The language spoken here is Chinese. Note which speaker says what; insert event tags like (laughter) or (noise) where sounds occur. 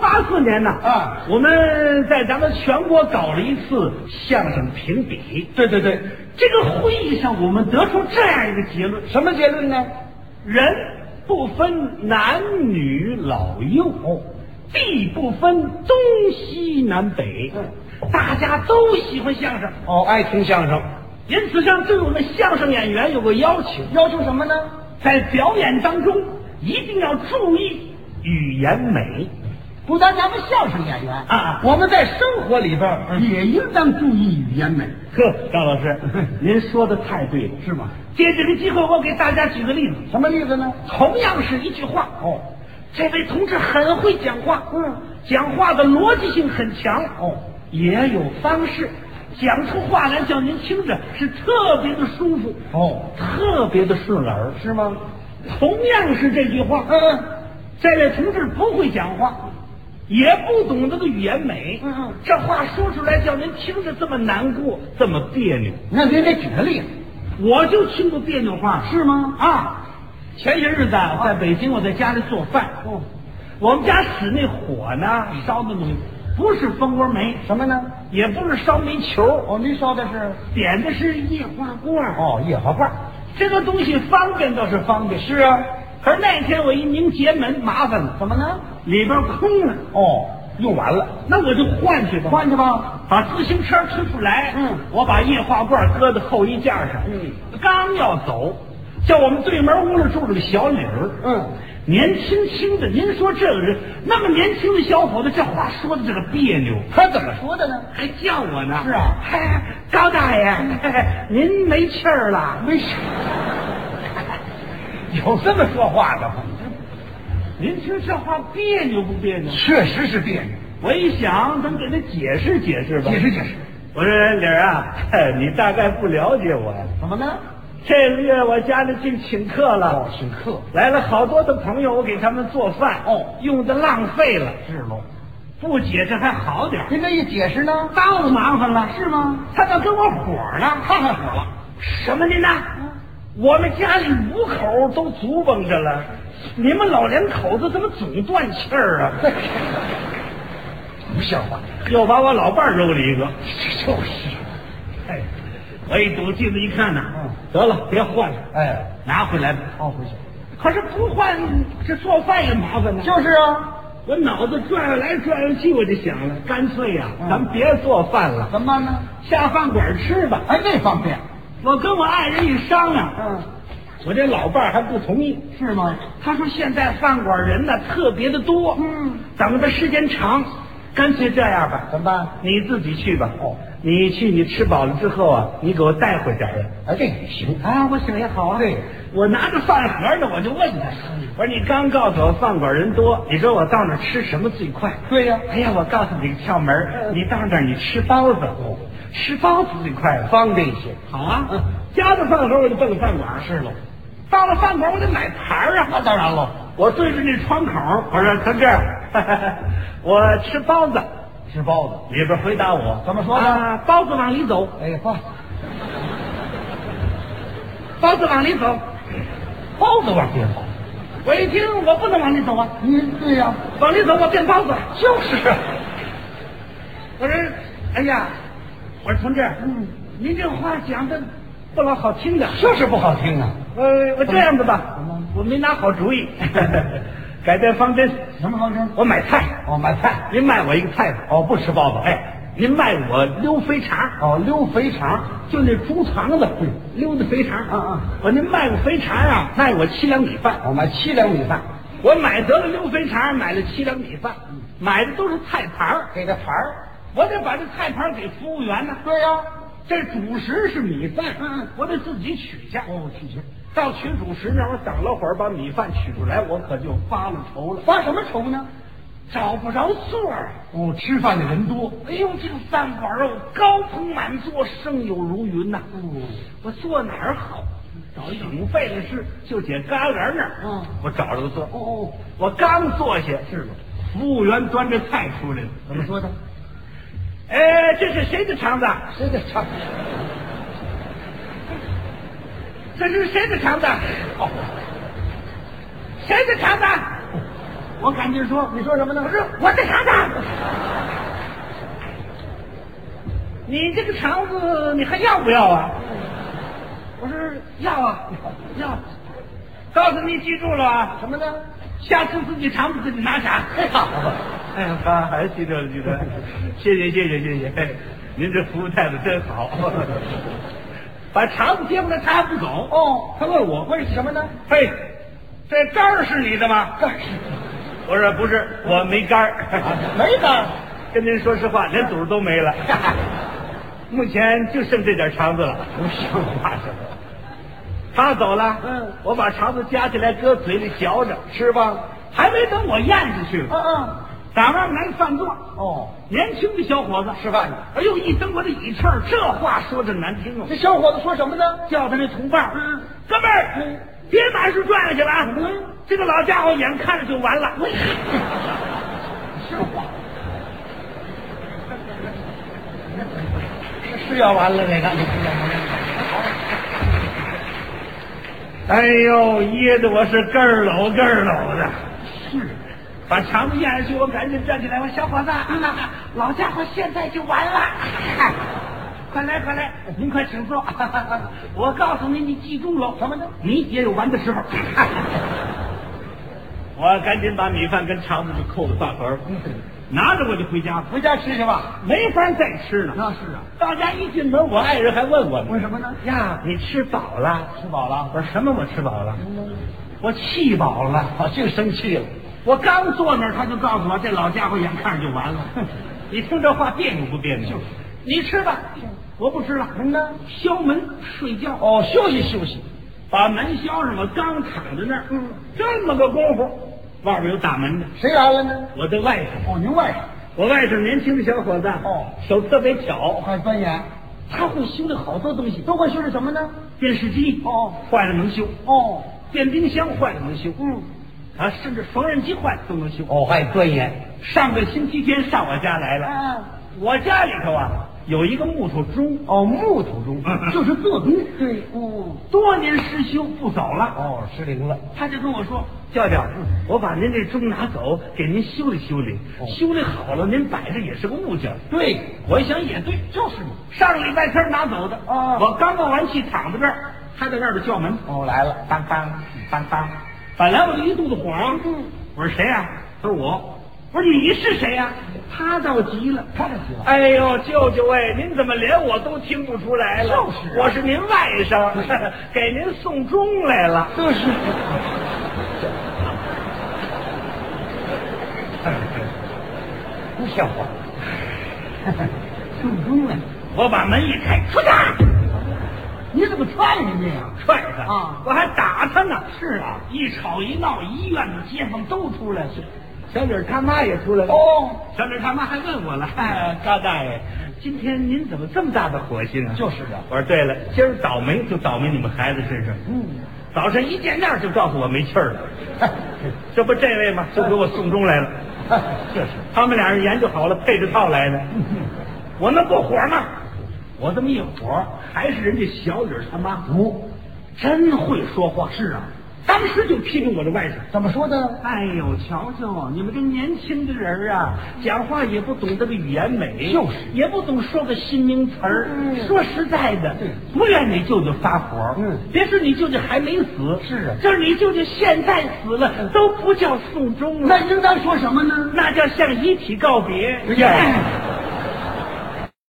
Speaker 1: 八四年呢，
Speaker 2: 啊
Speaker 1: 我们在咱们全国搞了一次相声评比，
Speaker 2: 对对对，
Speaker 1: 这个会议上我们得出这样一个结论：
Speaker 2: 什么结论呢？
Speaker 1: 人不分男女老幼，地不分东西南北，大家都喜欢相声，
Speaker 2: 嗯哦，爱听相声，
Speaker 1: 因此上对我们相声演员有个要求，
Speaker 2: 要求什么呢？
Speaker 1: 在表演当中一定要注意语言美。
Speaker 2: 不单咱们相声演员
Speaker 1: 啊
Speaker 2: 我们在生活里边儿
Speaker 1: 嗯
Speaker 2: 也应当注意语言美，
Speaker 1: 呵，张老师，您说的太对了。
Speaker 2: 是吗？
Speaker 1: 借这个机会，我给大家举个例子，
Speaker 2: 什么例子呢？
Speaker 1: 同样是一句话，
Speaker 2: 哦，
Speaker 1: 这位同志很会讲话，
Speaker 2: 嗯，
Speaker 1: 讲话的逻辑性很强，
Speaker 2: 哦，
Speaker 1: 也有方式，讲出话来叫您听着是特别的舒服，
Speaker 2: 哦，
Speaker 1: 特别的顺耳。
Speaker 2: 是吗？
Speaker 1: 同样是这句话，
Speaker 2: 嗯嗯，
Speaker 1: 这位同志不会讲话，也不懂这个语言美，
Speaker 2: 嗯嗯
Speaker 1: 这话说出来叫您听着这么难过，这么别扭。
Speaker 2: 那您得举个例子，
Speaker 1: 我就听过别扭话，
Speaker 2: 是吗？
Speaker 1: 啊，前些日子啊，在北京，我在家里做饭，
Speaker 2: 哦，嗯
Speaker 1: 我们家使那火呢，烧的东西不是蜂窝煤，
Speaker 2: 什么呢？
Speaker 1: 也不是烧煤球，
Speaker 2: 哦，您烧的是
Speaker 1: 点的是液化罐儿。
Speaker 2: 哦野花花，
Speaker 1: 这个东西方便倒是方便，是啊。可是那天我一拧结门，麻烦了，
Speaker 2: 怎么呢？
Speaker 1: 里边空了，
Speaker 2: 哦，用完了，
Speaker 1: 那我就换去吧，
Speaker 2: 换去吧。
Speaker 1: 把自行车推出来，
Speaker 2: 嗯
Speaker 1: 我把液化罐搁在后衣架上，
Speaker 2: 嗯，
Speaker 1: 刚要走，叫我们对门屋里住着个小李儿，
Speaker 2: 嗯，
Speaker 1: 年轻轻的，您说这个人那么年轻的小伙子，这话说的这个别扭，
Speaker 2: 他怎么说的呢？
Speaker 1: 还叫我呢，
Speaker 2: 是啊嗯
Speaker 1: 嗨，高大爷，您没气儿了，
Speaker 2: 没事，
Speaker 1: (laughs)
Speaker 2: 有这么说话的吗？
Speaker 1: 您听这话别扭不别扭？
Speaker 2: 确实是别扭，
Speaker 1: 我一想，咱给他解释解释吧，
Speaker 2: 解释解释，
Speaker 1: 我说李儿啊，你大概不了解我呀。
Speaker 2: 怎么呢？
Speaker 1: 这个月我家里净哦请客了，
Speaker 2: 请客
Speaker 1: 来了好多的朋友，我给他们做饭，
Speaker 2: 哦
Speaker 1: 用的浪费了。
Speaker 2: 是喽。
Speaker 1: 不解释还好点儿，
Speaker 2: 您这一解释呢， (laughs)
Speaker 1: 刀子麻烦了，
Speaker 2: 是吗？
Speaker 1: 他倒跟我火呢，
Speaker 2: 太狠了。
Speaker 1: 什么的呢？我们家里五口都足蹦着了，你们老两口子怎么总断气儿啊？
Speaker 2: 不像话，
Speaker 1: 又把我老伴儿揉了一个。
Speaker 2: 就是，
Speaker 1: 哎，我一赌镜子一看呐，
Speaker 2: 嗯
Speaker 1: 得了，别换了，
Speaker 2: 哎，
Speaker 1: 拿回来吧。
Speaker 2: 哦，回去，
Speaker 1: 可是不换，这做饭也麻烦呢。
Speaker 2: 就是啊，
Speaker 1: 我脑子转悠来转悠去，我就想了，干脆呀、
Speaker 2: 嗯
Speaker 1: 咱别做饭了，
Speaker 2: 怎么办呢？
Speaker 1: 下饭馆吃吧。
Speaker 2: 哎，这方便，
Speaker 1: 我跟我爱人一商量，
Speaker 2: 嗯，
Speaker 1: 我这老伴儿还不同意。
Speaker 2: 是吗？
Speaker 1: 他说现在饭馆人呢特别的多，
Speaker 2: 嗯，
Speaker 1: 等的时间长，干脆这样吧，
Speaker 2: 怎么办？
Speaker 1: 你自己去吧。
Speaker 2: 哦，
Speaker 1: 你去，你吃饱了之后啊，你给我带回点儿来。
Speaker 2: 哎，这也行，
Speaker 1: 啊，我想也好啊。
Speaker 2: 对，
Speaker 1: 我拿着饭盒呢，我就问他，我说你刚告诉我饭馆人多，你说我到那儿吃什么最快？
Speaker 2: 对呀
Speaker 1: 哎呀，我告诉你个窍门儿，
Speaker 2: 嗯
Speaker 1: 你到那儿你吃包子，哦吃包子最快了。
Speaker 2: 方便一些。
Speaker 1: 好啊
Speaker 2: 嗯，
Speaker 1: 夹着饭盒我就奔了饭馆。
Speaker 2: 是喽，
Speaker 1: 到了饭馆我得买盘儿啊。
Speaker 2: 那当然喽。
Speaker 1: 我对着那窗口，我说同志， (laughs) 我吃包子。
Speaker 2: 吃包子，
Speaker 1: 里边回答我
Speaker 2: 怎么说呢
Speaker 1: 啊包子往里走，
Speaker 2: 哎，包
Speaker 1: 包子往里走。
Speaker 2: 包子往里走。
Speaker 1: 我一听，我不能往里走啊，
Speaker 2: 嗯，对呀、
Speaker 1: 往里走我变包子。
Speaker 2: 就是啊。
Speaker 1: 我说，哎呀，我说同志，嗯，您这话讲的不老好听的。
Speaker 2: 就是不好听啊。
Speaker 1: 呃，我这样子吧
Speaker 2: 怎么了，
Speaker 1: 我没拿好主
Speaker 2: (laughs)
Speaker 1: 意，改变方针，
Speaker 2: 什么方针？
Speaker 1: 我买菜，
Speaker 2: 哦，买菜。
Speaker 1: 您卖我一个菜吧。
Speaker 2: 哦，不吃包子。哎，
Speaker 1: 哎，您卖我溜肥肠，
Speaker 2: 哦，溜肥肠。
Speaker 1: 就那猪肠子，溜的肥肠。
Speaker 2: 嗯嗯，
Speaker 1: 我您卖我肥肠啊，卖我七两米饭。
Speaker 2: 哦，买七两米饭，
Speaker 1: 我买得了溜肥肠，买了七两米饭，买的都是菜盘儿，
Speaker 2: 嗯给个盘儿。
Speaker 1: 我得把这菜盘儿给服务员呢。
Speaker 2: 对呀、
Speaker 1: 这主食是米饭，
Speaker 2: 嗯
Speaker 1: 我得自己取下。
Speaker 2: 哦，去去。
Speaker 1: 到取主食那儿，我等了会儿，把米饭取出来，我可就发了愁了，
Speaker 2: 发什么愁呢？
Speaker 1: 找不着座儿。啊
Speaker 2: 哦，吃饭的人多。
Speaker 1: 哎呦，这个饭馆儿啊，高朋满座，盛友如云呐、
Speaker 2: 嗯
Speaker 1: 我坐哪儿好？找一挺费的事，就解旮旯那儿。
Speaker 2: 嗯
Speaker 1: 我找着个座
Speaker 2: 哦，哦，
Speaker 1: 我刚坐下，
Speaker 2: 是吗？
Speaker 1: 服务员端着菜出来了。
Speaker 2: 怎么说的？
Speaker 1: 哎，这是谁的肠子？啊
Speaker 2: 这个肠，
Speaker 1: 哦这是谁的肠子？谁的肠子？我赶紧说，
Speaker 2: 你说什么呢？
Speaker 1: 我说我的啥子？你这个肠子你还要不要啊？我说要啊，要。告诉你，记住了啊，
Speaker 2: 什么呢？ (laughs)
Speaker 1: 下次自己肠子自己拿啥。
Speaker 3: 哎呀，爸，还记得了，记得，谢谢，谢谢，谢谢，您这服务态度真好。
Speaker 1: 把肠子接过来，他还不走。
Speaker 2: 哦，
Speaker 1: 他问我，问
Speaker 2: 问什么呢？
Speaker 1: 嘿，这肝儿是你的吗？
Speaker 2: 干什
Speaker 3: 我说不是，我没肝儿，
Speaker 2: 没 (laughs) 呢？
Speaker 3: 跟您说实话，连肚儿都没了，目前就剩这点肠子了。不像话什么？他走了，
Speaker 2: 嗯，
Speaker 3: 我把肠子夹起来搁嘴里嚼着，
Speaker 2: 吃吧。
Speaker 1: 还没等我咽下去呢，
Speaker 2: 嗯
Speaker 1: 打外面来个饭座，
Speaker 2: 哦，
Speaker 1: 年轻的小伙子
Speaker 2: 吃饭呢。
Speaker 1: 哎呦，一蹬我的椅翅儿，这话说的难听啊！
Speaker 2: 这小伙子说什么呢？
Speaker 1: 叫他那同伴儿，
Speaker 2: 嗯
Speaker 1: 哥们儿，
Speaker 2: 嗯
Speaker 1: 哎别满处转悠去了啊！
Speaker 2: 嗯
Speaker 1: 这个老家伙眼看着就完了。 (laughs)
Speaker 2: 是话。 (laughs) 是要完了，这个
Speaker 1: 哎呦，噎得我是咯儿搂咯儿搂的。
Speaker 2: 是
Speaker 1: 把肠子咽下去，我赶紧站起来。我说小伙子，老家伙现在就完了，快来快来，您快请坐。 (laughs) 我告诉你，你记住了，什么呢？你也有完的时候。 (laughs)
Speaker 3: 我赶紧把米饭跟肠子就扣在饭盒儿，
Speaker 1: 拿着我就回家，
Speaker 2: 嗯回家吃去吧。
Speaker 1: 没法再吃了。
Speaker 2: 那是啊，
Speaker 1: 到家一进门，我爱人还问我呢
Speaker 2: 为什么呢？
Speaker 1: 呀，你吃饱了？
Speaker 2: 吃饱了。
Speaker 1: 我说什么？我吃饱了？我气饱了，我净生气了。我刚坐那儿，他就告诉我，这老家伙眼看着就 (laughs) 完了。你听这话别扭不别扭？你吃吧，我不吃了。
Speaker 2: 什么呢？
Speaker 1: 嗯敲门睡觉，
Speaker 2: 哦，休息休息。
Speaker 1: 把门敲上，我刚躺在那儿，
Speaker 2: 嗯
Speaker 1: 这么个功夫，外边有打门的，
Speaker 2: 谁来了呢？
Speaker 1: 我的外甥，
Speaker 2: 哦，您外甥，
Speaker 1: 我外甥年轻的小伙子，
Speaker 2: 哦，
Speaker 1: 手特别巧，
Speaker 2: 快钻研，
Speaker 1: 他会修理好多东西，
Speaker 2: 都会修理什么呢？
Speaker 1: 电视机
Speaker 2: 哦
Speaker 1: 坏了能修，
Speaker 2: 哦，
Speaker 1: 电冰箱坏了能修，
Speaker 2: 嗯，
Speaker 1: 啊，甚至缝纫机坏了都能修。
Speaker 2: 哦，还钻研。
Speaker 1: 上个星期天上我家来了，
Speaker 2: 啊，
Speaker 1: 我家里头啊有一个木头钟，
Speaker 2: 哦，木头钟
Speaker 1: 就是做钟，
Speaker 2: 对，嗯，
Speaker 1: 多年失修不走了。
Speaker 2: 哦，失灵了。
Speaker 1: 他就跟我说：“舅舅，我把您这钟拿走，给您修理修理，修理好了您摆着也是个物件。”
Speaker 2: 哦对，
Speaker 1: 我一想也对，就是嘛。上个礼拜天拿走的，
Speaker 2: 啊
Speaker 1: 我刚闹完气躺在这儿，他在外边叫门，
Speaker 2: 哦，来了，当当当当。
Speaker 1: 本来我就一肚子火，啊
Speaker 2: 嗯
Speaker 1: 我说谁呀、他说我。我说你是谁呀、他倒急了，
Speaker 2: 他倒急了
Speaker 1: 哎呦，舅舅哎，您怎么连我都听不出来了？
Speaker 2: 就是啊
Speaker 1: 我是您外甥， (laughs) 给您送终来了。
Speaker 2: 就是，不像话，送终了，
Speaker 1: 我把门一开，出去！
Speaker 2: 你怎么踹人家呀？ (laughs)
Speaker 1: 踹他
Speaker 2: 啊
Speaker 1: 我还打他呢。
Speaker 2: 是啊，
Speaker 1: 一吵一闹，医院的街坊都出来了。
Speaker 2: 小李他妈也出来了。
Speaker 1: 哦，小李他妈还问我了，哎，高大爷，今天您怎么这么大的火性啊？
Speaker 2: 就是啊
Speaker 3: 我说对了，今儿倒霉就倒霉你们孩子身上。
Speaker 2: 嗯，
Speaker 3: 早晨一见面就告诉我没气儿了，这不这位吗？就给我送终来了。
Speaker 2: 这是
Speaker 3: 他们俩人研究好了配着套
Speaker 2: (laughs)
Speaker 3: 来的，我能不火吗？
Speaker 1: 我这么一火，还是人家小李他妈
Speaker 2: 不，
Speaker 1: 真会说话。是啊，当时就批评我的外甥。
Speaker 2: 怎么说呢？
Speaker 1: 哎呦，瞧瞧你们这年轻的人儿啊，讲话也不懂这个语言美，
Speaker 2: 就是
Speaker 1: 也不懂说个新名词儿。
Speaker 2: 嗯
Speaker 1: 说实在的
Speaker 2: 对，
Speaker 1: 不怨你舅舅发火，
Speaker 2: 嗯
Speaker 1: 别说你舅舅还没死，
Speaker 2: 是啊嗯
Speaker 1: 就是你舅舅现在死了，都不叫送终了，
Speaker 2: 那应该说什么呢？
Speaker 1: 那叫向遗体告别。
Speaker 2: 哎呀